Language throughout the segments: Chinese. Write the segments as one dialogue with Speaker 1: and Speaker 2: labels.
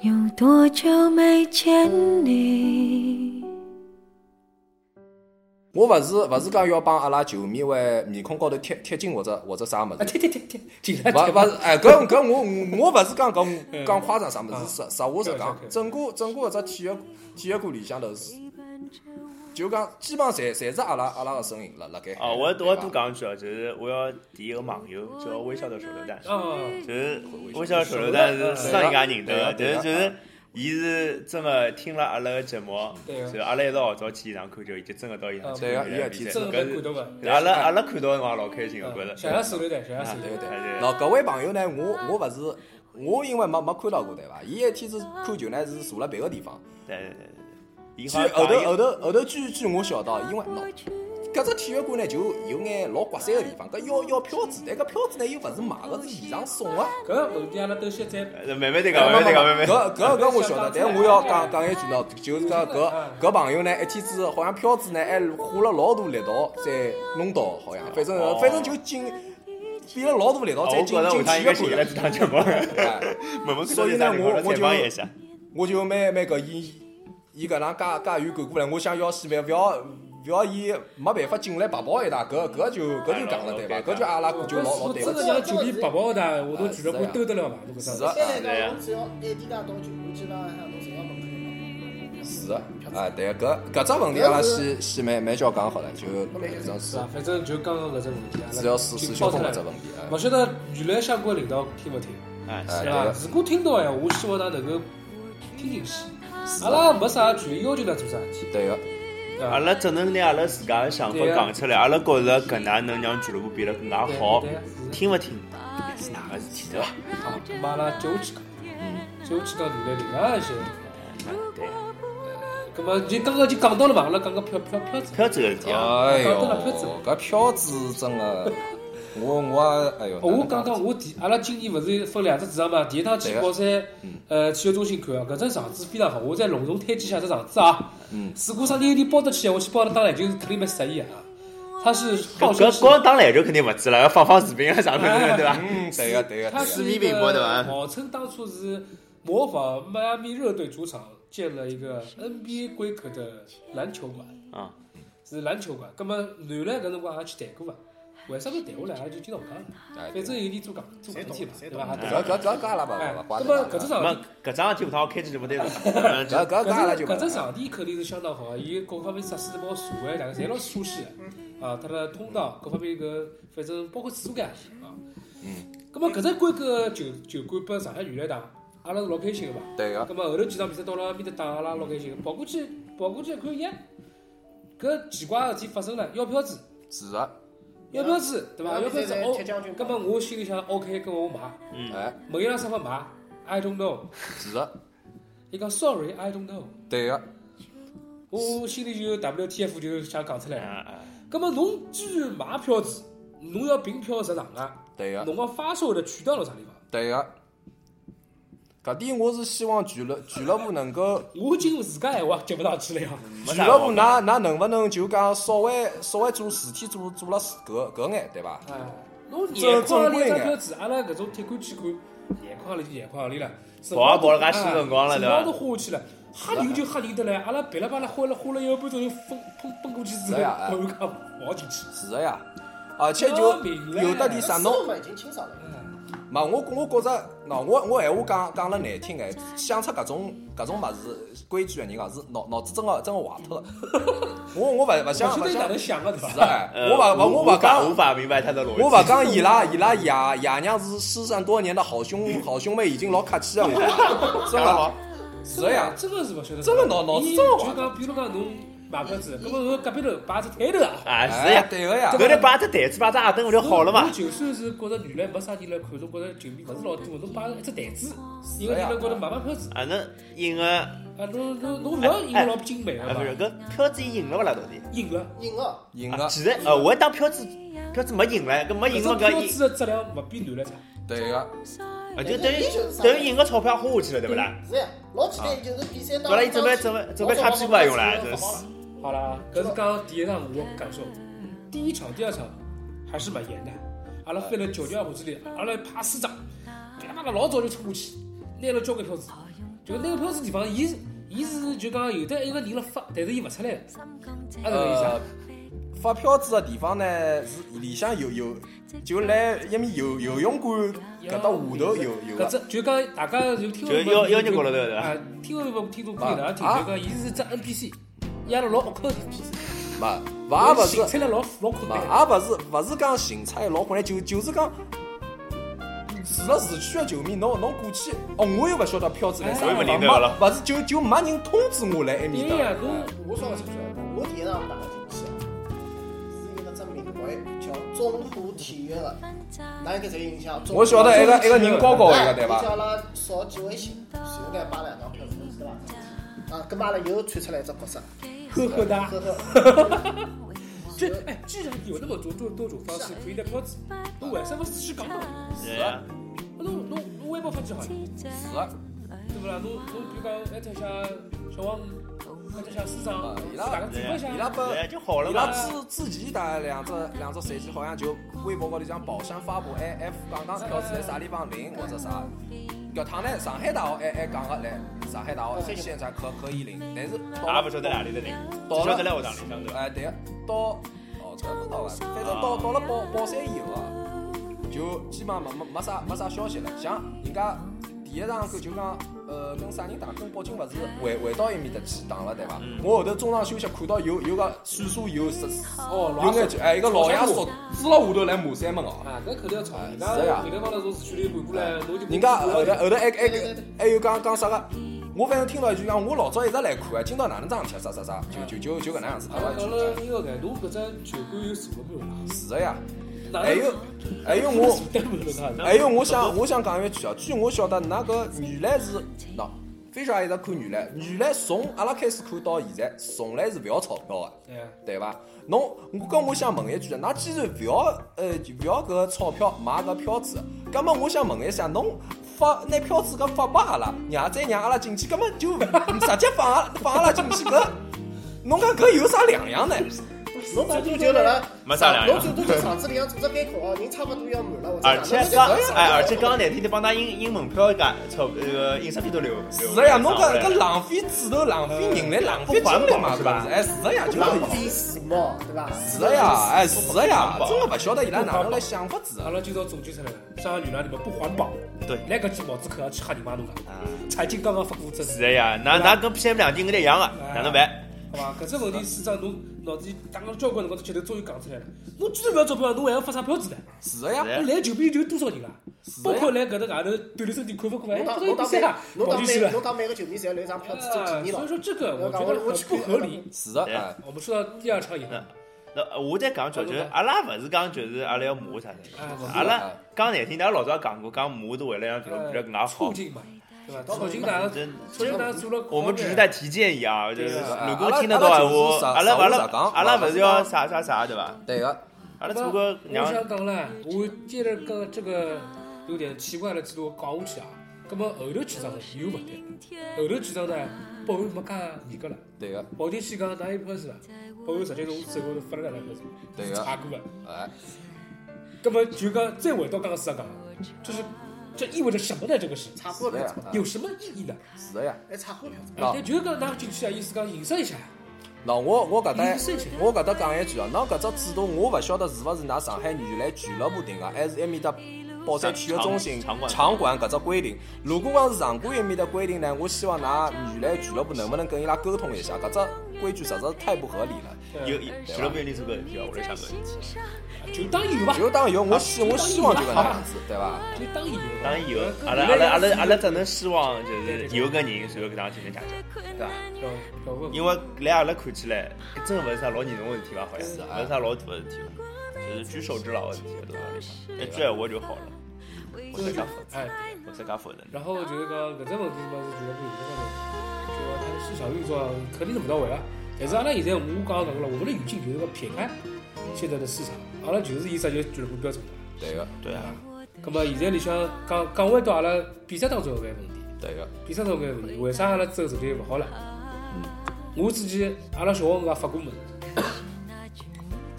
Speaker 1: 有多久没见你？
Speaker 2: 我勿是勿是讲要帮阿拉球迷为面孔高头贴贴金或者或者啥物事
Speaker 3: 啊，，贴贴贴贴，进来
Speaker 2: 勿
Speaker 3: 贴
Speaker 2: 勿
Speaker 3: 吧
Speaker 2: 是，哎，搿搿我我勿是讲讲
Speaker 3: 嗯哦
Speaker 2: 讲夸张啥物事，实实话实
Speaker 3: 对
Speaker 2: 讲
Speaker 3: 对，对
Speaker 2: 整个整个搿只体育体育馆里向头是，就讲基本上侪侪是阿拉阿拉个身影辣辣盖。
Speaker 4: 啊，我
Speaker 2: 对
Speaker 4: 我
Speaker 2: 伐
Speaker 4: 多讲一句啊，就是我要提一个网友叫微笑的手榴弹，
Speaker 3: 哦，
Speaker 4: 就是微笑的手榴弹是上一家认得的，但
Speaker 2: 对
Speaker 4: 是
Speaker 2: 啊
Speaker 4: 就
Speaker 2: 对啊对
Speaker 4: 是
Speaker 2: 啊嗯
Speaker 4: 伊是真的听了阿拉个节目，
Speaker 3: 对啊
Speaker 4: 就阿拉一直号召去现场看球，伊就真的到现场
Speaker 3: 啊
Speaker 4: 去
Speaker 3: 对
Speaker 2: 啊
Speaker 4: 看了
Speaker 2: 伊也
Speaker 4: 比赛
Speaker 2: 提
Speaker 3: 真的蛮感动的
Speaker 4: 搿是阿拉阿拉看到的辰光老开心，我觉
Speaker 3: 嗯
Speaker 4: 着。
Speaker 3: 谢谢手榴弹，谢谢手
Speaker 2: 对
Speaker 3: 榴
Speaker 2: 对
Speaker 3: 弹，
Speaker 2: 对
Speaker 4: 哎，
Speaker 2: 喏，搿位朋友呢，我我勿是，我因为没没看到过对伐？伊一天是看球呢是坐辣别个地方，
Speaker 4: 对对对对对，伊
Speaker 2: 据
Speaker 4: 好像
Speaker 2: 后头
Speaker 4: 讲伊
Speaker 2: 后头后头据据我晓得，因为喏，搿只体育馆呢就有眼老刮塞个地方，搿要要票子，但搿票子呢又勿是买个，是现场送个。
Speaker 3: 搿后天阿拉都先再
Speaker 4: 呃慢慢再讲，慢慢再讲，慢哦慢。
Speaker 2: 搿搿搿我晓得，但我要讲讲一句喏，就是讲搿
Speaker 4: 嗯
Speaker 2: 搿朋友呢，一天子好像票子呢还花了老大力道才弄到，好像反正
Speaker 4: 哦
Speaker 2: 反正就进费了老大力道
Speaker 4: 哦
Speaker 2: 才
Speaker 4: 我
Speaker 2: 进
Speaker 4: 觉得
Speaker 2: 进
Speaker 4: 我他
Speaker 2: 体
Speaker 4: 应该是
Speaker 2: 育
Speaker 4: 也
Speaker 2: 馆
Speaker 4: 来
Speaker 2: 了
Speaker 4: 这档节目，
Speaker 2: 哎。
Speaker 4: 我们
Speaker 2: 所以呢我我
Speaker 4: 采
Speaker 2: 就
Speaker 4: 访一下。
Speaker 2: 我就蛮蛮搿伊伊搿能介介远赶过来，我想要死勿勿要勿要伊没办法进来白跑一趟，搿搿就搿就讲了对伐？搿就阿拉就老老对
Speaker 3: 真
Speaker 2: 勿
Speaker 3: 的
Speaker 2: 起。
Speaker 3: 让球迷白跑的，下头俱乐部兜得了伐？侬搿
Speaker 2: 啊是
Speaker 3: 啥？
Speaker 2: 啊
Speaker 5: 现在呢，我们只要拿地价到就我基本上侬侪要门
Speaker 2: 是的，啊对，搿搿只问题阿拉先先蛮蛮叫讲好了，就反正
Speaker 3: 是
Speaker 2: 是
Speaker 3: 啊，反正就刚刚搿只问题，阿拉
Speaker 2: 主要是是
Speaker 3: 就
Speaker 2: 交
Speaker 3: 抛
Speaker 2: 通
Speaker 3: 出
Speaker 2: 搿
Speaker 3: 来
Speaker 2: 只问题啊。
Speaker 3: 勿晓得原来相关领导听勿听，
Speaker 4: 哎，
Speaker 2: 哎
Speaker 4: 是
Speaker 3: 对
Speaker 2: 对
Speaker 3: 伐
Speaker 4: 啊，
Speaker 2: 个？
Speaker 3: 如果听到呀，我希望㑚能够听进去。
Speaker 2: 啊
Speaker 3: 阿拉没啥权利要求㑚做啥事体，
Speaker 2: 对个，啊
Speaker 3: 对伐
Speaker 4: 阿拉只能拿阿拉自家的想法
Speaker 3: 对啊
Speaker 4: 讲出来，阿拉觉着搿能能让俱乐部变得更加好
Speaker 3: 对啊对啊是，的
Speaker 4: 听勿听是哪个事体
Speaker 2: 啊
Speaker 4: 对伐？
Speaker 3: 好，那阿拉接下去
Speaker 2: 嗯
Speaker 3: 讲，接下去讲原来另外一些。
Speaker 4: 哎对啊，
Speaker 3: 葛呃么就刚刚就讲到了嘛，阿拉讲个票票票子。
Speaker 4: 票子个事体啊，
Speaker 2: 哎
Speaker 3: 讲到了票子
Speaker 2: 哟，搿票子真个， 我我也哎哟，
Speaker 3: 哦，我讲讲我第，阿拉今年勿是分两只市场嘛？第一趟去宝山，呃，体育中心看啊，搿只场子非常好，我再隆重推荐一下这场子啊。嗯。如果啥人有点包得起，我去帮他当篮球是肯定没适意啊。他是号
Speaker 4: 搿
Speaker 3: 称
Speaker 4: 搿
Speaker 3: 是，
Speaker 4: 光打篮球肯定勿止了，要放放视频啊啥物事对伐？
Speaker 2: 嗯，对个对个
Speaker 3: 他
Speaker 2: 对
Speaker 3: 是
Speaker 2: 个，
Speaker 3: 啊一
Speaker 4: 四米平波对
Speaker 3: 个
Speaker 4: 吧
Speaker 3: 号称当初是模仿迈阿密热队主场建了一个 NBA 规格的篮球馆，
Speaker 4: 啊，
Speaker 3: 是篮球馆。葛么男篮搿辰光也去谈过伐？啊为啥没谈下来？也就今朝勿讲了。
Speaker 2: 哎
Speaker 3: 反正有点做戆做戆事体嘛，对伐？也
Speaker 2: 搿
Speaker 3: 对伐
Speaker 2: 搿搿搿阿拉勿
Speaker 3: 哎，
Speaker 2: 勿
Speaker 3: 那
Speaker 2: 勿怪
Speaker 3: 么搿只场
Speaker 4: 没
Speaker 3: 地，
Speaker 4: 搿桩事体勿趟我开起就勿对 了。嗯就
Speaker 2: 搿搿搿阿拉
Speaker 3: 搿只
Speaker 2: 就
Speaker 3: 搿只
Speaker 2: 勿
Speaker 3: 场地肯定是相当好，伊各方面设施包座哎位，两个侪老舒适
Speaker 5: 嗯
Speaker 3: 的，啊，它的通道各方面搿反正包括厕所间也是啊。嗯。葛么搿只规格的球球馆拨上海原来打，阿拉是老开心个嘛。
Speaker 2: 对
Speaker 5: 啊
Speaker 2: 啊个
Speaker 3: 葛么后头几场比赛到了埃面搭打，阿拉老开心个，跑过去跑过去一看，耶，搿奇怪个事体发生了，要票子。
Speaker 2: 是个，
Speaker 3: 要票子对伐？
Speaker 5: 啊
Speaker 3: 要票子
Speaker 5: 现在
Speaker 3: 哦
Speaker 5: 铁将军，
Speaker 3: 葛么我心里想，OK，搿么我买，
Speaker 2: 哎
Speaker 3: 问伊拉啥法买，I don't know。
Speaker 2: 是个，
Speaker 3: 伊讲 Sorry, I don't know。
Speaker 2: 对啊个。
Speaker 3: 我心里就 WTF 就想讲出来了。
Speaker 4: 啊啊
Speaker 3: 葛么侬既然买票子，侬要凭票入场啊，
Speaker 2: 对个、
Speaker 3: 侬要发售的渠道辣啥地方？
Speaker 2: 对个、搿点我是希望俱乐俱乐部能够，
Speaker 3: 我今自家闲话接勿上去了呀。
Speaker 4: 没
Speaker 2: 俱
Speaker 4: 啥
Speaker 2: 乐
Speaker 4: 好
Speaker 2: 部
Speaker 4: 讲
Speaker 2: 㑚㑚能勿能就讲稍微稍微做事体做做了搿搿眼对伐？
Speaker 3: 啊，侬眼眶
Speaker 2: 正
Speaker 3: 里
Speaker 2: 规
Speaker 3: 张
Speaker 2: 眼
Speaker 3: 票子，阿拉搿种铁杆去看，眼眶里就眼眶里了，
Speaker 4: 跑也跑了
Speaker 3: 啊
Speaker 4: 介许辰光了
Speaker 3: 辰
Speaker 4: 对伐
Speaker 3: 光都花下去了，吓人就吓人得来，阿拉噼里啪啦花了花了一个半钟头，疯蹦蹦过去之后，
Speaker 2: 是呀哎
Speaker 3: 跑又讲跑进去。
Speaker 2: 是个呀，而且就
Speaker 3: 哦明白
Speaker 2: 有的点啥
Speaker 5: 口。
Speaker 2: 侬
Speaker 5: 思路嘛已经清爽了，
Speaker 2: 嘛，我我觉着，喏，我我闲话讲讲了难听眼，想出搿种搿种物事规矩个啊人讲是脑脑子真个真个坏脱个。 我我勿勿
Speaker 3: 我
Speaker 2: 想
Speaker 3: 晓
Speaker 2: 勿
Speaker 3: 得哪
Speaker 2: 想
Speaker 3: 能
Speaker 2: 是
Speaker 3: 想个啊对伐？
Speaker 2: 哎，
Speaker 4: 呃
Speaker 2: 我勿勿
Speaker 4: 无
Speaker 2: 我勿
Speaker 4: 无法
Speaker 2: 讲
Speaker 4: 无法明白他的逻辑。
Speaker 2: 我勿讲伊拉，伊拉爷爷娘是失散多年的好兄好兄妹，已经老客气了，我觉得真的是
Speaker 3: 真
Speaker 2: 的
Speaker 3: 的
Speaker 2: 呀，
Speaker 3: 啊真个是勿晓得。
Speaker 2: 真的脑脑子
Speaker 3: 伊
Speaker 2: 真的
Speaker 3: 就
Speaker 2: 坏
Speaker 3: 讲，比如讲侬买票子，搿么我隔壁头摆只摊头啊。
Speaker 4: 啊是
Speaker 2: 哎
Speaker 4: 呀，
Speaker 2: 对个呀，
Speaker 4: 搿头摆只台子摆只矮凳勿就好了
Speaker 3: 侬
Speaker 4: 嘛
Speaker 3: 侬？就算是觉着原来没啥人来看，侬觉着球迷勿是老多，侬摆一只台子，一个人来觉着买买票子。
Speaker 2: 嗯
Speaker 4: 啊能赢个
Speaker 3: 啊，侬侬侬勿要赢老精美
Speaker 4: 啊
Speaker 3: 了
Speaker 4: 哎不是
Speaker 3: 嘛，
Speaker 4: 搿票子赢了勿啦到底？
Speaker 3: 赢了。
Speaker 5: 赢个
Speaker 2: 赢
Speaker 4: 啊，
Speaker 2: 个，
Speaker 4: 其实呃，我当票子票子没赢嘞，搿没
Speaker 3: 搿
Speaker 4: 赢
Speaker 3: 只
Speaker 4: 嘛
Speaker 3: 票
Speaker 4: 搿
Speaker 3: 子
Speaker 4: 赢，
Speaker 3: 的质量勿比男篮差，
Speaker 2: 对个，
Speaker 4: 啊就等于等于赢个钞票花下去了，对勿啦？
Speaker 5: 是呀，老简单，就是比赛当
Speaker 4: 啊本来准备准备准备擦屁股还用了，真
Speaker 5: 真
Speaker 4: 是。
Speaker 3: 好啦，搿是讲第一场我的感受，
Speaker 4: 嗯
Speaker 3: 第一场、第二场还是蛮严的。阿拉费了九牛二虎之力，阿拉爬四张，别他妈的老早就冲过去，拿了交关票子，就拿个标志地方，伊是伊是就讲有的一个人辣发，但是伊勿出来个，啊，搿个意思
Speaker 2: 呃
Speaker 3: 啊。，
Speaker 2: 发票子的地方呢，是里向有有，就来一面游游泳馆搿搭下头有有啊
Speaker 3: 搿
Speaker 2: 个，
Speaker 3: 只就讲大家就听
Speaker 4: 就幺幺廿高头对伐
Speaker 3: 啊，听勿明白听众可以哪听，
Speaker 2: 啊
Speaker 3: 就讲伊是只 NPC，伊拉老恶口的 NPC，
Speaker 2: 嘛，勿也勿啊是啊
Speaker 3: 形。出来老老困
Speaker 2: 嘛，
Speaker 3: 难。
Speaker 2: 也勿是勿是讲行差老困难，就就是讲，住了市区的球迷，侬侬过去，哦，我又勿晓得票子来啥
Speaker 3: 我
Speaker 2: 地方，
Speaker 3: 也勿
Speaker 4: 认得了
Speaker 2: 没勿是就就没人通知我来埃面
Speaker 3: 对
Speaker 2: 搭。
Speaker 3: 哎呀，侬
Speaker 5: 我说勿清楚，我第一场打进去啊，是一个只名为叫中沪体育的，哪应该侪有印象？中哎
Speaker 2: 我晓得一个
Speaker 3: 中
Speaker 2: 一个人高高一个对
Speaker 5: 叫
Speaker 2: 伐？
Speaker 5: 阿拉扫啊几位信，然后呢买两张票子，对伐？啊，搿么阿拉又窜出来一只角色，
Speaker 3: 呵呵哒。
Speaker 5: 呵呵。
Speaker 3: 这哎，居然有那么多多多种方式可以拿票子，侬为啥勿试试讲呢？
Speaker 4: 是啊，
Speaker 3: 侬侬侬微博发起好了，
Speaker 2: 是啊，
Speaker 3: 对勿啦？侬侬比如讲艾特一下小王，艾特一下市长
Speaker 2: 啊，伊拉
Speaker 3: 大家转发一
Speaker 2: 伊拉
Speaker 3: 下。
Speaker 2: 拨
Speaker 4: 是啊，就好了
Speaker 2: 伊拉
Speaker 4: 嘛。
Speaker 2: 之之前大概两只两只赛季好像就微博高头讲宝山发布，哎哎，讲讲票子来啥地方领或者啥。搿趟呢，上海大学还还讲个来，上海大学现在可可以领，但是
Speaker 4: 也
Speaker 2: 到
Speaker 4: 啊勿晓得哪里的人，
Speaker 2: 到
Speaker 4: 只
Speaker 2: 了
Speaker 4: 晓得来学堂里向对伐？
Speaker 2: 哎，对，到哦，这个不到了，反正到到了宝宝山以后啊，就基本上没没没啥没啥消息了。像人家第一场就讲，呃，跟啥人打？跟北京勿是回回到埃面搭去打了，对伐？我后头中场休息看到有有个岁数有十，
Speaker 3: 哦老
Speaker 2: 有
Speaker 3: 爷
Speaker 2: 眼
Speaker 3: 叔
Speaker 2: 就哎一个老爷叔支了下头来骂三门哦。
Speaker 3: 啊，搿肯定要吵，人
Speaker 2: 是
Speaker 3: 家
Speaker 2: 呀
Speaker 3: 别个帮他从市区里赶过来，侬就
Speaker 2: 人家后头后头还还还有讲讲啥个？我反正听到就讲，我老早一直来看啊，今朝哪能桩事体啊？啥啥啥，就就就就搿能样子，
Speaker 3: 阿
Speaker 2: 对
Speaker 3: 拉
Speaker 2: 伐？
Speaker 3: 讲
Speaker 2: 就
Speaker 3: 了音乐界，侬搿只球馆有坐了没
Speaker 2: 是的呀。
Speaker 3: 有啦？
Speaker 2: 还有还有哎我。还
Speaker 3: 哎，
Speaker 2: 有，我想我想讲一句啊，据我晓得，㑚个原来是喏，飞侠一直看原来，原来从阿拉开始看到现在，从来是勿要钞票的，
Speaker 3: 对啊，
Speaker 2: 对伐？侬我跟我想问一句，㑚既然勿要呃就勿要搿个钞票买搿票子，葛末我想问一下，侬发拿票子搿发拨阿拉，让再让阿拉进去，葛末就 直接放阿放阿拉进去搿，侬讲搿有啥两样呢？
Speaker 5: 侬最多就辣辣，
Speaker 4: 没啥两样
Speaker 5: 侬最多就场子里向做只监控哦，人差勿多要满了。或者
Speaker 4: 而且
Speaker 5: 哪能
Speaker 2: 啊
Speaker 4: 刚
Speaker 5: 就
Speaker 4: 哎，而且刚难听的帮他印印门票价，钞那个呃印刷费都留。
Speaker 2: 是啊
Speaker 4: 是
Speaker 2: 的呀，侬搿搿浪费纸头，浪费人力，浪费精力嘛，
Speaker 4: 不环保
Speaker 2: 是
Speaker 4: 是
Speaker 2: 吧
Speaker 4: 吧？
Speaker 2: 哎，是的呀，就是
Speaker 5: 浪费时髦，对伐？
Speaker 2: 是的呀，哎，是的呀
Speaker 4: 不，环保
Speaker 2: 真的不晓得伊拉哪能来想法子啊
Speaker 3: 阿
Speaker 2: 的。
Speaker 3: 拉今朝总结出来了，上海女篮你们不环保，
Speaker 4: 对
Speaker 3: 来搿记帽子扣上去吓你妈侬个，
Speaker 4: 啊，
Speaker 3: 财经刚刚发过证，
Speaker 4: 是的呀，那那跟 PM 两金搿点一样啊，哪能办？
Speaker 3: 好伐？搿只问题市长侬脑子里打了交关辰光，这节头终于讲出来了。侬既然勿要钞票，侬还要发啥票子呢？
Speaker 2: 是的呀，
Speaker 4: 是的啊
Speaker 3: 来球迷就有多少人啊？包
Speaker 2: 的呀
Speaker 3: 括来搿搭外头锻炼身体、看勿看？哎，
Speaker 5: 侬
Speaker 3: 搿个有比
Speaker 5: 讲侬讲
Speaker 3: 赛
Speaker 5: 每
Speaker 3: 啊，
Speaker 5: 侬
Speaker 3: 跑
Speaker 5: 讲
Speaker 3: 进去
Speaker 5: 每
Speaker 3: 了
Speaker 5: 侬。讲每个球迷侪要留一张票子做纪
Speaker 3: 啊，
Speaker 5: 念
Speaker 3: 所以
Speaker 5: 了。
Speaker 3: 说这个我觉得很不合理。
Speaker 2: 是的，
Speaker 4: 对呀
Speaker 2: 哎，
Speaker 3: 我们说到第二场以后，
Speaker 4: 嗯那呃我再讲一句，就是阿拉勿是讲就是阿拉要骂啥
Speaker 3: 啊
Speaker 4: 的，阿拉讲难听点，阿拉老早讲过，讲骂是为了让俱乐
Speaker 3: 哎
Speaker 4: 部更加好
Speaker 3: 促。进嘛，对吧？促进大家，
Speaker 4: 真
Speaker 3: 促进大家做了。
Speaker 4: 我们只是在提建议啊，就是
Speaker 3: 对
Speaker 2: 啊
Speaker 4: 如果听得到闲话，
Speaker 2: 阿
Speaker 4: 阿
Speaker 2: 拉
Speaker 4: 拉
Speaker 2: 阿拉
Speaker 4: 阿拉
Speaker 2: 讲
Speaker 4: 阿拉勿是要啥啥啥对伐？
Speaker 2: 对个，
Speaker 4: 阿拉只不过
Speaker 3: 我
Speaker 4: 让
Speaker 3: 想讲了，我接着跟这个有点奇怪的制度讲下去啊。那么后头几场呢又勿对，后头几场呢保安没介严格了。
Speaker 2: 对个，
Speaker 3: 保定先讲哪一票是吧？保安直接从手高头发了两票子，
Speaker 2: 对
Speaker 3: 查
Speaker 2: 个，
Speaker 3: 过了。
Speaker 2: 哎，
Speaker 3: 那么就讲再回到刚刚市长讲的，就是这意味着什么呢？这个事
Speaker 5: 查过
Speaker 2: 是的
Speaker 5: 票
Speaker 2: 呀
Speaker 5: 子，，
Speaker 2: 哎
Speaker 3: 有什么意义呢？
Speaker 2: 是的呀。
Speaker 5: 还查过票子。
Speaker 2: 啊
Speaker 3: 但就是讲㑚进去啊，意思讲形式一下，
Speaker 2: 喏，我我搿搭
Speaker 3: 有事情
Speaker 2: 我搿搭讲一句啊，喏搿只制度我勿晓得是勿是㑚上海原来俱乐部定个，还是埃面搭宝山体育中心
Speaker 4: 场场馆
Speaker 2: 场馆搿只规定。如果讲是场馆埃面搭规定呢，我希望㑚原来俱乐部能不能跟伊拉沟通一下，搿只规矩实在是太不合理了。
Speaker 4: 有有俱乐部有人做搿问题啊，我来想搿问题。
Speaker 3: 就当有吧，
Speaker 2: 就当有我希我希望就搿能样子，对伐？
Speaker 3: 就当有。
Speaker 4: 当然有，阿拉阿拉阿拉阿拉只能希望就是有个人随后搿趟进行解决，对啊伐？
Speaker 3: 要要问
Speaker 4: 因为来阿拉看起来，真的勿是啥老严重个事体伐？好像是，勿是啥老大个事体，就是举手之劳个事体，对伐？一句闲话就好了，我是介复杂，
Speaker 3: 哎，
Speaker 4: 我是介复杂的。
Speaker 3: 然后就是讲搿只问题嘛是俱乐部有个就讲他的市场运作肯定是不到位啊。但是阿拉现在我刚刚讲过了，我们的语境就是要撇开现在的市场，阿拉就是以啥就是俱乐部标准的。
Speaker 2: 对个，
Speaker 4: 对啊，
Speaker 3: 咁么现在里向讲讲回到阿拉比赛当中搿眼问题，
Speaker 2: 对
Speaker 4: 啊
Speaker 2: 个，
Speaker 3: 比赛当中搿眼问题，为啥阿拉走成绩勿好了？
Speaker 4: 嗯
Speaker 3: 我之前阿拉小王也发过问，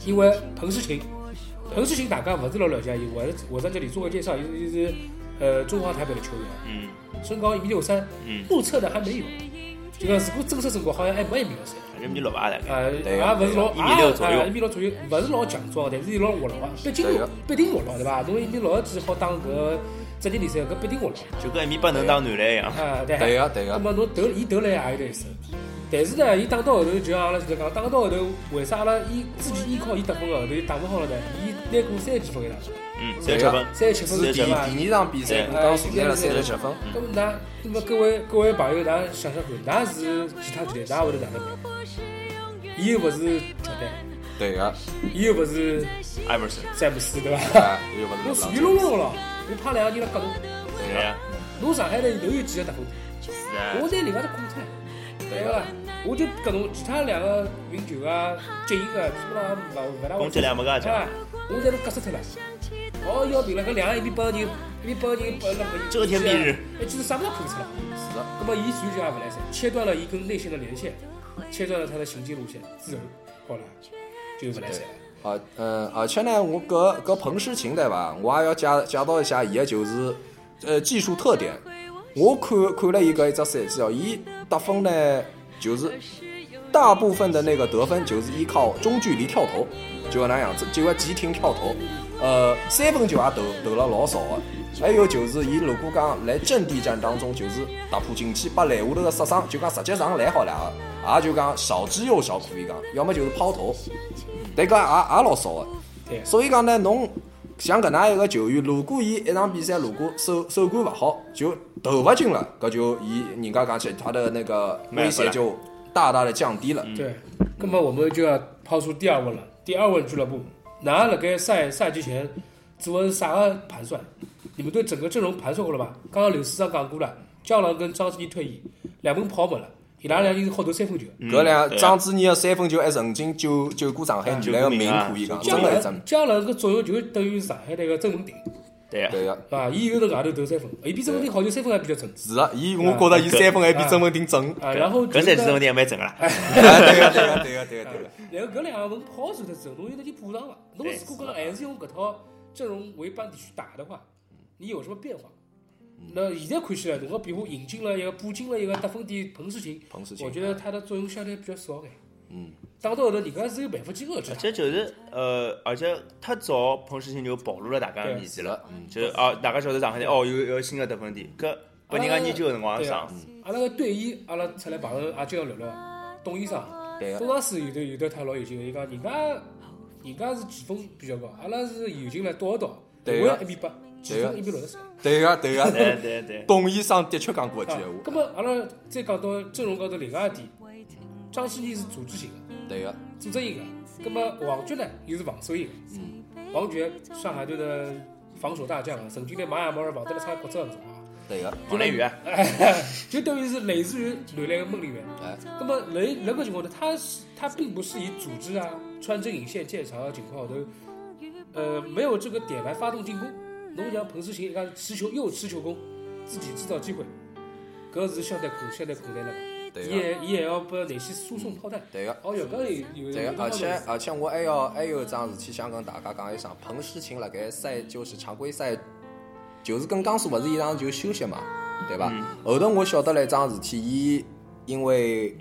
Speaker 3: 因为彭世琴，彭世琴大家勿是老了解伊，我是我上这里做个介绍，伊是伊是呃中华台北的球员，
Speaker 4: 嗯
Speaker 3: 身高一米六三，
Speaker 4: 嗯，
Speaker 3: 目测呢还没有，就讲如果正式身高好像还没一米六三。
Speaker 4: 反正一米六吧大概。
Speaker 3: 呃，
Speaker 2: 对
Speaker 3: 也
Speaker 2: 个
Speaker 3: 勿是老，
Speaker 4: 一米六
Speaker 3: 也
Speaker 4: 左右
Speaker 3: 哎一米六左右，勿是老强壮，但是伊老活络啊，毕竟
Speaker 2: 对个
Speaker 3: 毕竟活络对伐？侬一米六几好打搿职业联赛，搿必定活络。
Speaker 4: 就跟一米八能打男篮一样。
Speaker 3: 啊，对
Speaker 2: 对
Speaker 3: 个，
Speaker 2: 个对
Speaker 3: 那
Speaker 2: 个，
Speaker 3: 么侬投伊投篮也有得一手，但是呢，伊打到后头就像阿拉现在讲，打到后头为啥阿拉依之前依靠伊得分个，后头伊打勿好了呢？伊拿过三十几分给他，
Speaker 4: 嗯，三十分。
Speaker 3: 三十七分
Speaker 2: 是
Speaker 3: 是
Speaker 2: 第
Speaker 3: 对哎嗯伐？
Speaker 2: 第二场比赛，我刚输掉了三十七分。
Speaker 3: 那么㑚，那么各位各位朋友，㑚想想看，㑚是其他球队，㑚会得哪能办？伊又勿是乔丹，
Speaker 2: 对 个，
Speaker 3: 伊又勿是
Speaker 4: 艾弗森。
Speaker 3: 詹姆斯，对伐？
Speaker 2: 哎，又不
Speaker 3: 侬
Speaker 2: 能
Speaker 3: 属
Speaker 2: 上
Speaker 3: 于。隆隆了，侬派两个人来夹侬，
Speaker 2: 对
Speaker 4: 对
Speaker 2: 个
Speaker 4: 呀。
Speaker 3: 侬上海呢都有几个得分点，
Speaker 4: 是
Speaker 3: 我
Speaker 4: 啊。
Speaker 3: 拿另外头空出来，
Speaker 2: 对
Speaker 3: 对伐
Speaker 2: 个，？
Speaker 3: 我就夹侬其他两个运球啊、接应啊，基本上勿勿大会
Speaker 4: 攻击力也没介
Speaker 3: 啊
Speaker 4: 强。，
Speaker 3: 我侪能夹死脱了。哦，要命了，搿两个一米八人，一米八人，呃，那么
Speaker 4: 遮天蔽日，
Speaker 3: 一记头啥物事也看勿出来。
Speaker 2: 是的，
Speaker 3: 那么伊属于就也勿来塞，切断了伊跟内线的连线，切断了他的行进路线之后，好了，就勿来塞了。
Speaker 2: 啊，嗯，而且呢，我搿搿彭诗琴对伐？我也要介介绍一下伊个就是呃技术特点。我看看了伊搿一只赛季哦，伊得分呢就是大部分的那个得分就是依靠中距离跳投，就搿能样子，就个急停跳投。呃，三分球也投投了老少个，还有就是伊如果讲来阵地战当中，就是突破禁区，把篮下头个杀伤，就讲直接上篮好了啊，也就讲少之又少，可以讲，要么就是抛投，但搿也也老少个。啊
Speaker 3: 对，
Speaker 2: 所以讲呢，侬像搿能一个球员，如果伊一场比赛如果手手感勿好，就投勿进了，搿就伊人家讲起他的那个威胁就大大的降低了。
Speaker 3: 对，那么我们就要抛出第二问了。第二问俱乐部，拿了该赛赛季前做了啥个盘算？你们对整个阵容盘算过了吧？刚刚刘市长讲过了，江郎跟张志毅退役，两门跑没了，伊拉两人好投三分球。
Speaker 2: 搿两
Speaker 4: 对啊
Speaker 2: 张子怡个三分球还曾经救救过上海女篮个命，可以讲，
Speaker 3: 江
Speaker 2: 真个一只
Speaker 3: 郎，江郎搿作用就等于上海那个郑文鼎，
Speaker 4: 对呀。
Speaker 2: 对个。
Speaker 3: 啊，伊有头外头投三分，伊比郑文鼎好像三分还比较准。
Speaker 2: 是个，伊我觉着伊三分还比曾文鼎准。
Speaker 3: 啊，然后
Speaker 4: 搿赛季
Speaker 3: 就是
Speaker 4: 问题也蛮正个啦。
Speaker 2: 哎 对个，对个，对个，对个，对个。
Speaker 3: 然后搿两个门抛出的时候，侬有得去补上伐？侬
Speaker 4: 对
Speaker 3: 如果
Speaker 2: 哎
Speaker 3: 讲还是用搿套阵容为班底去打的话，
Speaker 2: 嗯
Speaker 3: 你有什么变化？那现在看起来，侬个比如引进了一个补进了一个得分点彭世琴，
Speaker 2: 彭世琴
Speaker 3: 我觉得他的作用相对比较少眼。
Speaker 2: 嗯，啊
Speaker 3: 打到后头，人家是有办法去遏制
Speaker 4: 而
Speaker 3: 的。
Speaker 4: 且就是呃，而且太早彭世清就暴露了大家的面子了，就是啊，大家晓得上海队哦有有新的得分点，搿拨人家研究的辰光
Speaker 3: 对
Speaker 4: 上
Speaker 3: 啊，，阿拉个队医，阿拉出来啊碰头也就要聊聊董医生。
Speaker 2: 对
Speaker 3: 董
Speaker 2: 个，
Speaker 3: 老师有头有头他老有劲的，伊讲人家人家是前锋比较高，阿拉是有劲来倒一倒，
Speaker 2: 对
Speaker 3: 我
Speaker 2: 啊
Speaker 3: 一米八，前
Speaker 2: 对啊
Speaker 3: 锋一米六十三。
Speaker 2: 对个，对个。
Speaker 4: 对对嗯对，
Speaker 2: 董医生的确讲过一句
Speaker 3: 啊
Speaker 2: 闲话，。
Speaker 3: 那么阿拉再讲到阵容高头另外一点，张稀尼是组织型的，
Speaker 2: 对啊个，
Speaker 3: 组织型的。那么王爵呢，又是防守型的。嗯王爵上海队的防守大将啊，曾经在马亚毛尔防得了差骨折那种啊，
Speaker 2: 对个，
Speaker 4: 王雷宇啊，
Speaker 3: 就等于是类似于男篮的孟丽媛。
Speaker 2: 哎，
Speaker 3: 那么雷那个情况呢，他是他并不是以组织啊、穿针引线、建长的情况都，呃，没有这个点来发动进攻。侬像彭世琴，他持球又持球攻，自己制造机会，搿是相对困相对困难了。
Speaker 2: 对
Speaker 3: 伊
Speaker 2: 个。
Speaker 3: 也伊也要拨内线输送炮弹。
Speaker 2: 对个
Speaker 3: 哦哟，搿有有
Speaker 2: 对
Speaker 3: 有
Speaker 2: 个，而且
Speaker 3: 道理
Speaker 2: 而且我还要还有一桩事体想跟大家讲一声，彭诗琴辣盖赛就是常规赛，就是跟江苏勿是一场就休息嘛，对伐？后头我晓得了一桩事体，伊因为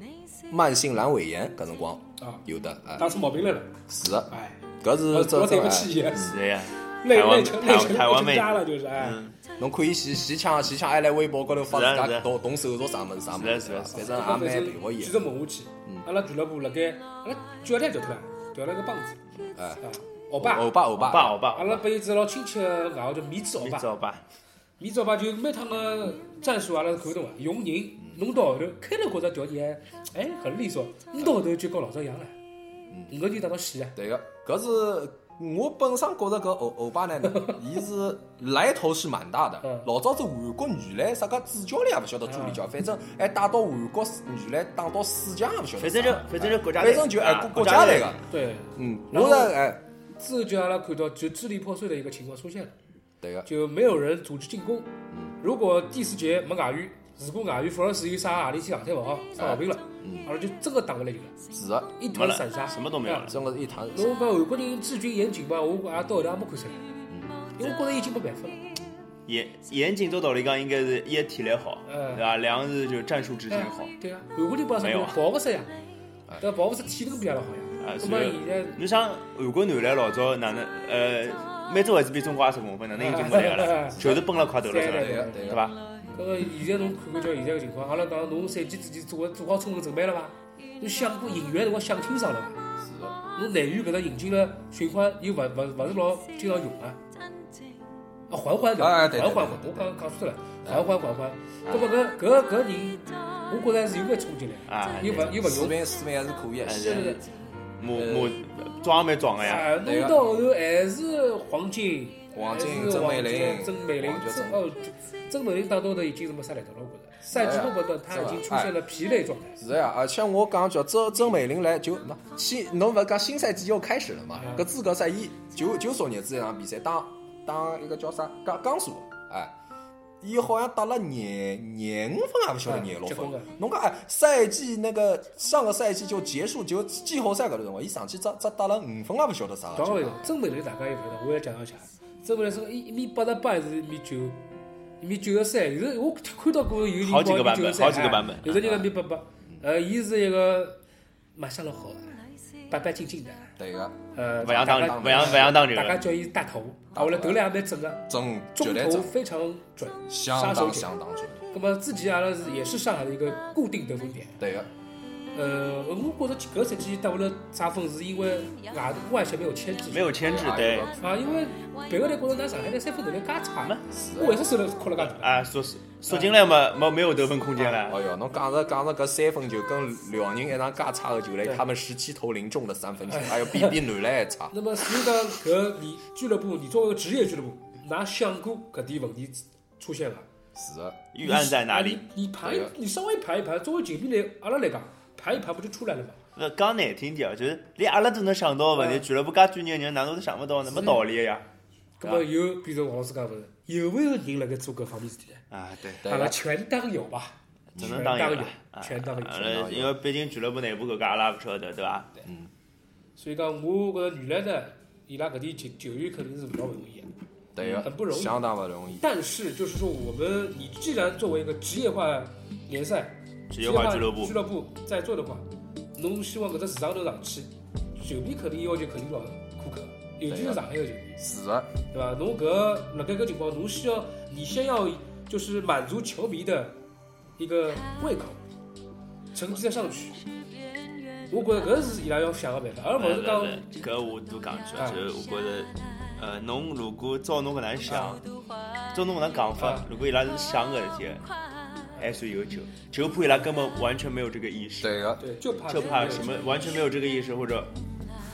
Speaker 2: 慢性阑尾炎搿辰光
Speaker 3: 啊，
Speaker 2: 有的，哎
Speaker 3: 打，出毛病来了。
Speaker 2: 是的，
Speaker 3: 哎，
Speaker 2: 搿
Speaker 3: 我
Speaker 2: 是
Speaker 3: 我
Speaker 2: 真
Speaker 3: 对
Speaker 2: 正
Speaker 3: 不
Speaker 2: 哎
Speaker 3: 起，
Speaker 4: 是的呀，
Speaker 3: 内
Speaker 4: 台湾
Speaker 3: 内城内城
Speaker 4: 台台湾
Speaker 3: 内
Speaker 4: 妹
Speaker 3: 城家了就是
Speaker 2: 嗯
Speaker 3: 哎。
Speaker 2: 侬可以前前抢前抢，还来微博高头发
Speaker 4: 是的
Speaker 2: 自家
Speaker 4: 是的
Speaker 2: 动动手术啥物事啥物事，
Speaker 4: 是的是
Speaker 2: 对
Speaker 4: 的
Speaker 2: 伐反正也蛮佩服伊
Speaker 3: 其
Speaker 2: 的
Speaker 3: 实。问下去，阿拉俱乐部辣盖阿拉教练调脱了，调了个棒子，
Speaker 2: 哎
Speaker 3: 啊，欧巴，
Speaker 2: 欧巴欧
Speaker 4: 欧巴
Speaker 2: 巴，
Speaker 4: 欧巴，
Speaker 3: 阿拉拨伊只老亲切个外号叫米子欧
Speaker 4: 你
Speaker 3: 巴
Speaker 4: 知，道吧？
Speaker 3: 米子欧巴就每趟个战术阿拉是看得懂个，用人弄到后头，开头觉着调你还哎很利索，弄到后头就跟老早一样了，五个人打到死啊，
Speaker 2: 对个，搿是我本身觉着搿欧欧巴呢，伊是来头是蛮大的
Speaker 3: 嗯。
Speaker 2: 老早子韩国女篮啥个主教练也勿晓得助理教，反正还带到韩国女篮打到四强也勿晓得
Speaker 4: 反
Speaker 2: 啥。
Speaker 4: 正就反正就国家队，
Speaker 2: 反正就哎
Speaker 4: 啊
Speaker 2: 国国家队个
Speaker 4: 队，
Speaker 3: 对，
Speaker 2: 嗯，
Speaker 3: 然
Speaker 2: 我
Speaker 3: 后
Speaker 2: 是哎，
Speaker 3: 之后就阿拉看到就支离破碎的一个情况出现了。
Speaker 2: 对个，
Speaker 3: 就没有人组织进攻。如果第四节没外援，如果外援福尔斯有啥何里天状态勿好，生毛病了，阿拉就真个打勿来球了，
Speaker 2: 是个，
Speaker 3: 一
Speaker 4: 没
Speaker 3: 团
Speaker 4: 了
Speaker 3: 散沙，
Speaker 4: 什么都没有了
Speaker 3: 对吧
Speaker 2: 真个是一趟。
Speaker 3: 侬讲韩国人治军严谨嘛，我也到后头也没看出来，因为我觉着已经没办法了。
Speaker 4: 严严谨做道理讲，应该是一体力好，
Speaker 3: 嗯
Speaker 4: 对伐？两是就战术执行
Speaker 3: 哎
Speaker 4: 好。
Speaker 3: 对啊，韩国人不要啥
Speaker 4: 没有
Speaker 3: 人
Speaker 4: 啊
Speaker 3: 跑勿出呀，但跑勿出体能比阿拉好呀
Speaker 4: 啊。
Speaker 3: 那么
Speaker 4: 是
Speaker 3: 现在
Speaker 4: 你想韩国男篮老早哪能呃，每周还是比中国二十公分，哪能有进步来
Speaker 3: 哎
Speaker 4: 了？就是崩了块头了，是
Speaker 3: 对嗯
Speaker 4: 吧？
Speaker 2: 对个对
Speaker 4: 对
Speaker 2: 个，
Speaker 4: 伐？
Speaker 3: 搿个现在侬看看叫现在个情况，阿拉讲侬赛季之前做做好充分准备了伐？侬想过引援辰光想清爽了伐？
Speaker 2: 是的，
Speaker 3: 侬内援搿搭引进了循环又勿勿勿是老经常用啊，啊缓缓的，
Speaker 2: 哎
Speaker 3: 缓
Speaker 2: 对对
Speaker 3: 缓缓，
Speaker 2: 对啊
Speaker 3: 我刚刚讲错了，缓缓缓缓。葛末搿搿搿人，我觉着是有眼冲击力的
Speaker 4: 啊
Speaker 3: 又勿又
Speaker 2: 水
Speaker 3: 勿用，
Speaker 2: 平水平还是可以的，哎
Speaker 3: 对对对，
Speaker 4: 母母装也蛮装个呀，
Speaker 3: 啊，弄啊到后头还是黄金，
Speaker 2: 黄金
Speaker 3: 哎还是
Speaker 2: 曾
Speaker 3: 黄
Speaker 2: 美玲
Speaker 3: 曾美玲
Speaker 2: 黄，觉
Speaker 3: 曾
Speaker 2: 曾
Speaker 3: 哦，曾美玲当中呢已经是没啥力道了，我觉着赛
Speaker 2: 哎
Speaker 3: 季末末段她已经出现了疲累状态。
Speaker 2: 是呀，而且我讲叫周周美玲来就那新，侬勿是讲新赛季要开始了
Speaker 3: 嗯
Speaker 2: 嘛？搿资格赛伊就就昨日子一场啊比赛打打一个叫啥江江苏，哎，伊好像打了廿廿五分，还勿晓得廿六
Speaker 3: 嗯结
Speaker 2: 分
Speaker 3: 棍了。
Speaker 2: 侬讲哎，赛季那个上个赛季就结束就季后赛搿段辰光，伊上去只只打了五分，还勿晓得啥。
Speaker 3: 讲回头，曾美玲大家也勿晓得，我也介绍一下。曾美玲是一一米八十八还是一米九？一米九十三，有的我看到过有人
Speaker 4: 好几个
Speaker 3: 报一米
Speaker 4: 版本
Speaker 3: 93
Speaker 4: 好几个版本
Speaker 3: 哎有的人讲一米八八，呃，伊是一个卖相老好的，白白净净的，
Speaker 2: 对个，
Speaker 3: 呃，
Speaker 4: 勿想
Speaker 3: 大家
Speaker 4: 当勿想勿想当这
Speaker 3: 大家
Speaker 4: 个，
Speaker 3: 叫伊大头，啊，后来头两也蛮正的，
Speaker 2: 真绝
Speaker 3: 中
Speaker 2: 对
Speaker 3: 投
Speaker 2: 真，
Speaker 3: 非常准，杀
Speaker 2: 相
Speaker 3: 手
Speaker 2: 当
Speaker 3: 锏。
Speaker 2: 相当准。
Speaker 3: 那么之前阿拉是也是上海的一个固定得分点，
Speaker 2: 对个，
Speaker 3: 呃，我觉着搿赛季得不了差分，是因为外外线没有牵制住，
Speaker 4: 没有牵制，对
Speaker 3: 啊，因为别个来觉着咱上海的三分能力介差
Speaker 4: 嗯，
Speaker 3: 我为啥手头扣了介大？
Speaker 4: 啊，缩缩进来嘛，没没有得分空间了。
Speaker 3: 啊
Speaker 2: 哎哟，侬讲着讲着搿三分球跟辽宁一场介差的球嘞，他们十七投零中的三分球，哎哟，比比男篮还 差。
Speaker 3: 那么所以讲搿你俱乐部，你作为一个职业俱乐部，㑚想过搿点问题出现伐？
Speaker 2: 是的，
Speaker 3: 嗯
Speaker 4: 预案在哪里？
Speaker 3: 你盘一
Speaker 2: 对啊，
Speaker 3: 你稍微盘一盘，作为球迷来阿拉来讲，盘一盘不就出来了嘛？
Speaker 4: 不讲难听点，就是连阿拉都能想到
Speaker 3: 嗯
Speaker 4: 的问题，俱乐部介专业人，哪能都想不到呢？没道理的呀！
Speaker 3: 葛
Speaker 4: 啊
Speaker 3: 么有，比如王老师讲勿是，有没有人辣盖做搿方面事体呢？
Speaker 4: 啊，对，
Speaker 2: 对
Speaker 3: 阿
Speaker 2: 个
Speaker 3: 拉全当有吧，
Speaker 4: 只能当
Speaker 3: 全
Speaker 4: 有
Speaker 3: 有
Speaker 4: 了，啊
Speaker 3: 全当有。
Speaker 4: 啊因为毕竟俱乐部内部搿个阿拉勿晓得，对伐？
Speaker 3: 所以讲，我觉着女篮呢，伊拉搿点球球员肯定是比较勿容易的。
Speaker 2: 对个，
Speaker 3: 很不容易
Speaker 2: 相当不容易。
Speaker 3: 但是就是说，我们你既然作为一个职业化联赛、
Speaker 4: 职业化俱乐部
Speaker 3: 职业化俱乐部在做的话，侬希望搿只市场头上去，球迷肯定要求肯定老苛刻，尤其是上海个球迷，
Speaker 2: 是的，
Speaker 3: 对伐？侬搿辣盖搿情况，侬需要你先要就是满足球迷的一个胃口，成绩再上去。我觉着搿是伊拉要想个办法，而勿是讲
Speaker 4: 对对搿我都讲句，
Speaker 3: 哎
Speaker 4: 就是我觉着，呃，侬如果照侬搿能想，照侬搿能讲法
Speaker 3: 啊，
Speaker 4: 如果伊拉是想搿事体，还算有救。就怕伊拉根本完全没有这个意识，
Speaker 2: 对个，
Speaker 3: 对，就怕
Speaker 4: 就怕什么完全没有这个意识，或者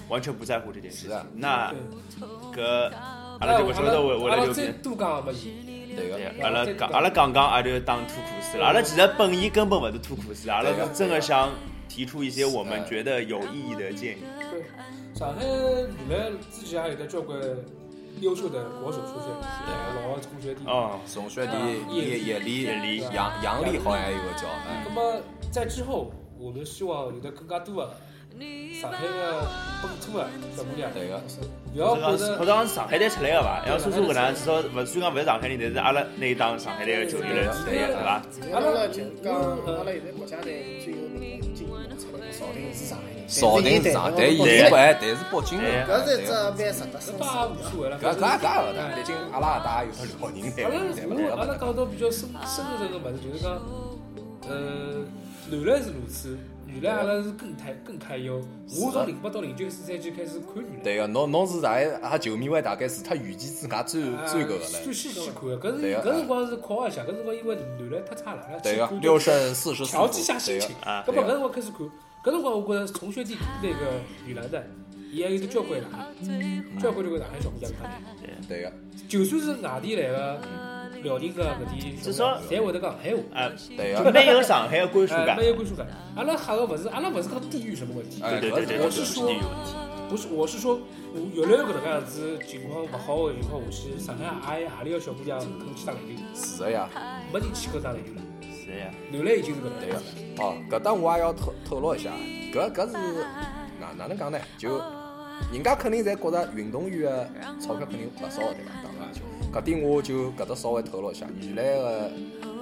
Speaker 4: 完全不在乎这件事
Speaker 2: 是
Speaker 4: 情
Speaker 2: 啊。
Speaker 4: 那
Speaker 3: 对
Speaker 4: 搿阿拉就勿晓得为为
Speaker 3: 阿
Speaker 4: 了
Speaker 3: 拉
Speaker 4: 就
Speaker 3: 再
Speaker 4: 变。
Speaker 3: 多讲个么伊，
Speaker 2: 对
Speaker 4: 对
Speaker 2: 个，
Speaker 4: 阿拉讲阿拉讲讲，阿拉就当吐苦水了。阿拉其实本意根本勿是吐苦水，阿拉是真的想提出一些我们觉得有意义的建议。
Speaker 3: 对，上海女篮之前还有得交关优秀的国手出现，老的中学弟。
Speaker 4: 哦，
Speaker 2: 总学弟
Speaker 3: 啊
Speaker 2: 叶叶丽，
Speaker 4: 叶丽
Speaker 2: 杨杨丽好像还有个叫，哎
Speaker 3: 那么在之后，我们希望有的更加多的上海的本土的小姑娘，
Speaker 2: 对个，
Speaker 3: 不要觉
Speaker 4: 是好
Speaker 3: 得
Speaker 4: 像是上海队出来的吧？像苏苏搿能，至少勿虽然勿是上海人，但是阿拉那一档上海队的球员来出来，对伐？
Speaker 5: 阿拉就讲，阿拉现在国家队最有名的进步出来的邵宁是上海人，
Speaker 2: 邵宁是上，但
Speaker 5: 伊
Speaker 2: 伊
Speaker 4: 对
Speaker 2: 不还，但是北京人。
Speaker 5: 搿是一
Speaker 2: 对
Speaker 5: 只
Speaker 2: 个
Speaker 5: 蛮值得
Speaker 3: 搿
Speaker 5: 深思
Speaker 3: 倒
Speaker 5: 的。
Speaker 3: 无所谓了。
Speaker 2: 搿搿也搿也勿
Speaker 3: 哎
Speaker 2: 得，毕竟阿拉也大有辽宁队
Speaker 3: 阿拉
Speaker 2: 嘛，对勿对
Speaker 3: 我阿拉
Speaker 2: 个？
Speaker 3: 讲到比较深深入这个问题，就是讲，呃，男篮是如此，女篮阿拉是更开更开优。我从零八到零九四赛季开始看女篮，
Speaker 2: 对个，侬侬是大概阿球迷会大概除脱预期之外最最搿个
Speaker 3: 哎
Speaker 2: 了
Speaker 3: 最。细细看的。搿是
Speaker 2: 对啊
Speaker 3: 搿辰光是考一下，搿辰光因为男篮太差了，阿拉
Speaker 2: 对
Speaker 3: 去
Speaker 2: 个
Speaker 3: 看，就
Speaker 2: 六胜四十四
Speaker 3: 调
Speaker 2: 负
Speaker 3: 剂一下，心
Speaker 2: 对个
Speaker 3: 情。
Speaker 4: 啊
Speaker 3: 搿
Speaker 2: 对
Speaker 3: 么搿
Speaker 2: 啊
Speaker 3: 辰光开始看，搿辰光我觉着从学弟那个女篮的，伊还有得交关上海，交关交关上海小姑娘看的。
Speaker 2: 对个，
Speaker 3: 啊就算是外地来个辽宁个搿点小姑
Speaker 4: 至
Speaker 3: 娘，
Speaker 4: 少
Speaker 3: 侪会得讲闲话。
Speaker 4: 啊，
Speaker 2: 对
Speaker 4: 就
Speaker 2: 个，
Speaker 4: 没有上海的归属
Speaker 3: 哎，
Speaker 4: 感
Speaker 3: 没。有归属感。阿拉吓个勿是，阿拉勿是讲地域什么问题，
Speaker 2: 哎
Speaker 4: 对对对对，
Speaker 3: 我是说
Speaker 4: 有问题。
Speaker 3: 不是，我是说，我原来搿能介样子情况勿好个情况下去，上海也啊有何里个小姑娘肯去打篮球，
Speaker 2: 是个呀。
Speaker 3: 没人去搿打篮球了。
Speaker 4: 是呀，
Speaker 3: 男篮已经是搿啊能介
Speaker 2: 对个
Speaker 3: 样子了，，
Speaker 2: 哦，搿搭我也要透透露一下，搿搿是哪哪能讲呢？就人家肯定侪觉着运动员的钞票肯定勿少的，对伐？打篮球，搿点我就搿搭稍微透露一下，原来个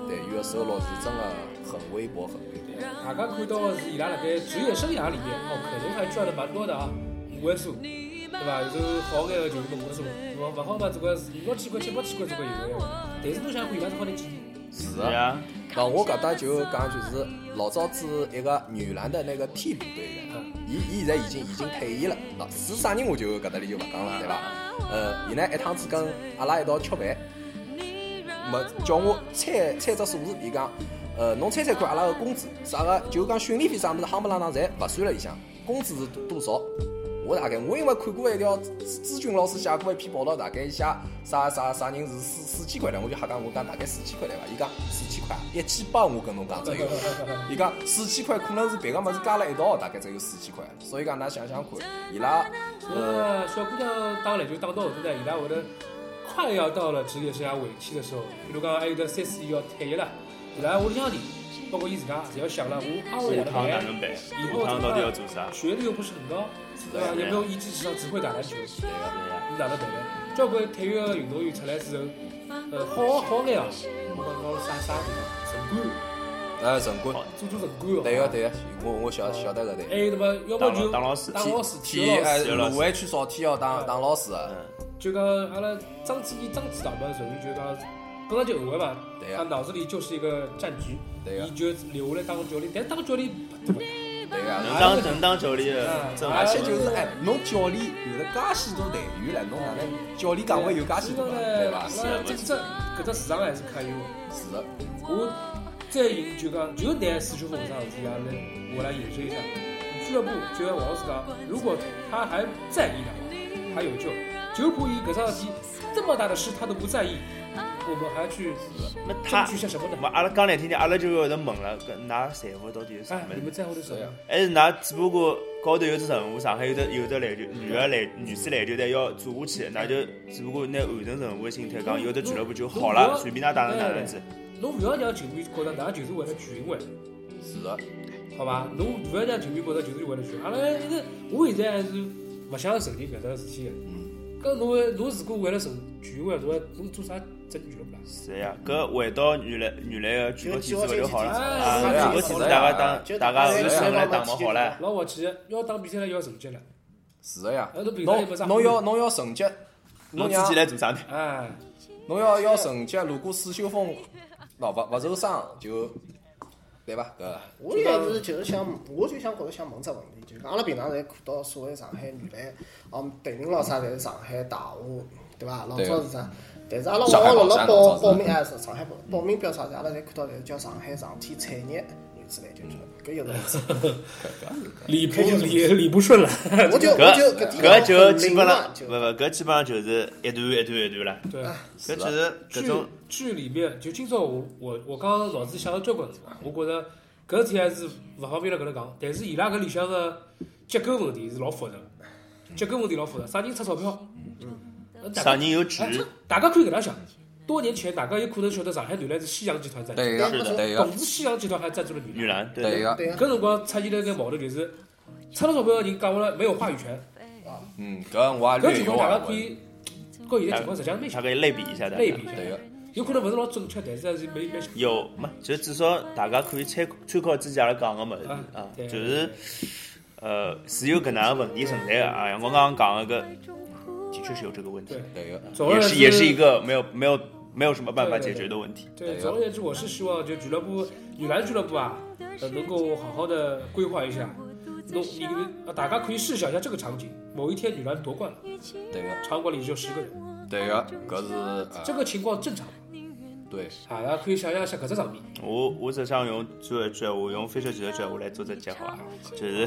Speaker 2: 队员个收入是真个很微薄，很微薄。
Speaker 3: 大家看到的是伊拉辣盖职业生涯里面，哦，肯定还赚了蛮多的啊，五位数，对伐？有时候好眼个就是五位数，对伐？勿好嘛，这个是五六千块、七八千块这个有的。但是侬想看伊拉是好点几年？
Speaker 2: 是
Speaker 4: 对
Speaker 2: 啊，
Speaker 4: 呀，
Speaker 2: 那我搿搭就讲就是老早子一个女篮的那个替补队员，伊伊现在已经已经退役了，啊，是啥人我就搿搭里就勿讲了，对伐？呃，伊呢一趟子跟阿拉一道吃饭，没叫我猜猜只数字，伊讲，呃，侬猜猜看阿拉个工资啥个，就讲训练费啥物事，夯不啷当侪勿算了里向，工资是多少？我大概我因为看过一条朱军老师写过一篇报道，大概写啥啥啥人是四四千块的，我就瞎讲，我讲大概四千块对伐？伊讲四千块，一千八我跟侬讲只有，伊讲四千块可能是别个物事加了一道，大概只有四千块，所以讲㑚想想看，伊拉
Speaker 3: 呃，小姑娘打篮球打到后头呢，伊拉会得快要到了职业生涯尾期的时候，比如讲还有得三四要退役了，伊拉屋里向人，包括伊自家，侪要想了，我阿
Speaker 4: 下
Speaker 3: 下
Speaker 4: 趟哪
Speaker 3: 来
Speaker 4: 能办？
Speaker 3: 以
Speaker 4: 下
Speaker 3: 后
Speaker 4: 趟到底要做啥？
Speaker 3: 学历又不是很高，对吧？也没有一技之长，只会打篮球，
Speaker 4: 对
Speaker 3: 哎
Speaker 4: 呀，
Speaker 3: 你哪能办呢？交关体育的运动员出来之后，呃，好好眼啊，我讲到啥啥地方，城管，
Speaker 2: 呃城管，
Speaker 3: 做做城管哦。
Speaker 2: 对个。对个，我我晓晓得个对。
Speaker 3: 还有那么，要么就
Speaker 4: 当老师
Speaker 3: 当老师，体
Speaker 2: 体
Speaker 3: 育
Speaker 2: 育
Speaker 3: 老师嗯
Speaker 2: 哎，
Speaker 4: 体育老师
Speaker 2: 卢湾区少体校当当老师的，
Speaker 3: 就讲阿拉张子怡、张指导嘛，属于就讲本来就后卫嘛，
Speaker 2: 对呀
Speaker 3: 他脑子里就是一个战局，
Speaker 2: 对啊呀
Speaker 3: 伊就留下来当教练，但当教练不多，
Speaker 2: 对个。
Speaker 4: 能当能当教练的，真
Speaker 2: 而且
Speaker 4: 好。
Speaker 2: 就是哎，侬教练有了介许多队员了，侬哪能教练岗位有介许多嘛，对伐？
Speaker 3: 是啊，这这搿只市场还是可以的。
Speaker 2: 是的，
Speaker 3: 我再引就讲，就拿四区风这事体啊来，我来演示一下。俱乐部就像王老师讲，如果他还在意的话，还有救。就可以搿桩事体这么大的事他都不在意，我们还去
Speaker 4: 那他
Speaker 3: 争取些什么呢
Speaker 4: 嘛？阿拉讲难听点，阿拉就会得问了，搿㑚财富到底是啥
Speaker 3: 哎，
Speaker 4: 物
Speaker 3: 你
Speaker 4: 事
Speaker 3: 们？在乎的是什么？
Speaker 4: 还是㑚只不过高头有只任务，上海有只有只篮球女个篮女子篮球队要做下去，㑚就只不过拿完成任务的心态讲，有只俱乐部就好了，随便㑚打成哪能子。
Speaker 3: 侬勿要让球迷觉得㑚就是为了全运会，
Speaker 2: 是的，
Speaker 3: 好伐？侬勿要让球迷觉得就是为了全运会。阿拉一直，我现在还是勿想承认搿桩事体个。搿侬会侬如果为了成全运会，侬还侬做啥职业俱乐部啦？
Speaker 4: 是呀，搿回到原来原来个举个体制勿就好了？啊，
Speaker 3: 哎
Speaker 4: 举个体制大家打大家是上来打嘛好了。
Speaker 3: 老滑稽，要打比赛了要成绩了，
Speaker 2: 是的呀
Speaker 3: 哎侬平常也
Speaker 2: 侬
Speaker 3: 没啥
Speaker 2: 侬要侬要成绩，
Speaker 4: 侬
Speaker 2: 侬
Speaker 4: 自己
Speaker 2: 让
Speaker 4: 来做啥呢？
Speaker 3: 哎，
Speaker 2: 侬要要成绩，如果史秀峰喏勿勿受伤就，对伐？搿
Speaker 5: 我也是就是想，我就想觉着想问只问题，就是讲阿拉平常侪看到所谓上海女篮，嗯，队名咾啥侪是上海大学，对伐？老早是啥？但是阿拉
Speaker 2: 上海
Speaker 5: 往
Speaker 2: 宝
Speaker 5: 往辣
Speaker 2: 山
Speaker 5: 辣
Speaker 2: 老早
Speaker 5: 报
Speaker 2: 是
Speaker 5: 报名啊，是上海报报名表啥的，阿拉侪看到侪是叫上海上体产业女子篮球俱乐部，搿又是。
Speaker 3: 理不理理不顺了。
Speaker 5: 我就我
Speaker 4: 搿
Speaker 5: 就
Speaker 4: 搿就
Speaker 5: 基
Speaker 4: 基本
Speaker 5: 本上
Speaker 4: 上，
Speaker 5: 啊就
Speaker 4: 勿勿，搿基本上就是一段一段一段了。
Speaker 3: 对，
Speaker 4: 搿就是
Speaker 3: 剧
Speaker 4: 搿种
Speaker 3: 剧里面，就今朝我我我刚刚脑子里想了交关辰光，我觉着搿事体还是勿方便辣搿能讲，但是伊拉搿里向个结构问题是老复杂的，结构问题老复杂，啥人出钞票，呃大家
Speaker 4: 嗯啥人有主
Speaker 3: 哎，大家可以搿能想，多年前大家有可能晓得上海男篮是西洋集团赞助，
Speaker 2: 对个
Speaker 5: 是的
Speaker 2: 对
Speaker 3: 同
Speaker 2: 个
Speaker 3: 时西洋集团还赞助了
Speaker 4: 女
Speaker 3: 女篮，
Speaker 4: 篮，
Speaker 2: 对
Speaker 4: 对，
Speaker 2: 个，
Speaker 5: 对啊
Speaker 3: 搿辰光出现了一个矛盾就是，出了钞票的人讲了没有话语权，
Speaker 2: 嗯，搿我也
Speaker 3: 搿
Speaker 2: 略
Speaker 3: 情
Speaker 2: 有
Speaker 4: 啊
Speaker 2: 啊
Speaker 3: 况大
Speaker 2: 耳
Speaker 3: 家可
Speaker 2: 闻，
Speaker 3: 以跟现在情况实际上蛮
Speaker 4: 大
Speaker 3: 像，
Speaker 4: 概类比一下的。
Speaker 3: 类比一下，
Speaker 2: 对个，
Speaker 3: 有可能勿是老准确，但是还是蛮蛮像。
Speaker 4: 有没？就至少大家可以参参考之前阿拉讲个物事
Speaker 3: 啊
Speaker 4: 啊，
Speaker 3: 对
Speaker 4: 就是呃是有搿能样的问题存在的啊。像我刚刚讲的搿，的确是有这个问题
Speaker 3: 对，
Speaker 2: 对个，
Speaker 3: 总而
Speaker 4: 也
Speaker 3: 言
Speaker 4: 是
Speaker 3: 之，
Speaker 4: 也是一个没有没有没有什么办法解决的问题。
Speaker 3: 对，总而言之，我是希望就俱乐部女篮俱乐部啊，呃，能够好好的规划一下。弄你呃大家可以试想一下这个场景：某一天女篮夺冠了，
Speaker 2: 对个，
Speaker 3: 场馆里只有十个
Speaker 4: 啊
Speaker 3: 人，
Speaker 2: 对个，搿是呃
Speaker 3: 这个情况正常吗
Speaker 2: 对，
Speaker 3: 啊？大家可以想象一下搿只场面，
Speaker 4: 我我只想用最后一句，我用飞雪奇的句话来做只结合啊，就是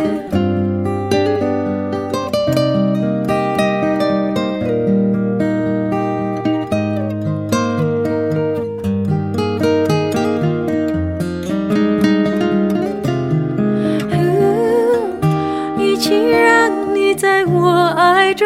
Speaker 1: 哦与其让你在我爱中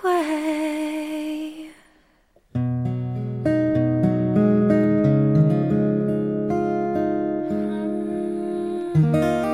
Speaker 1: 贵。嗯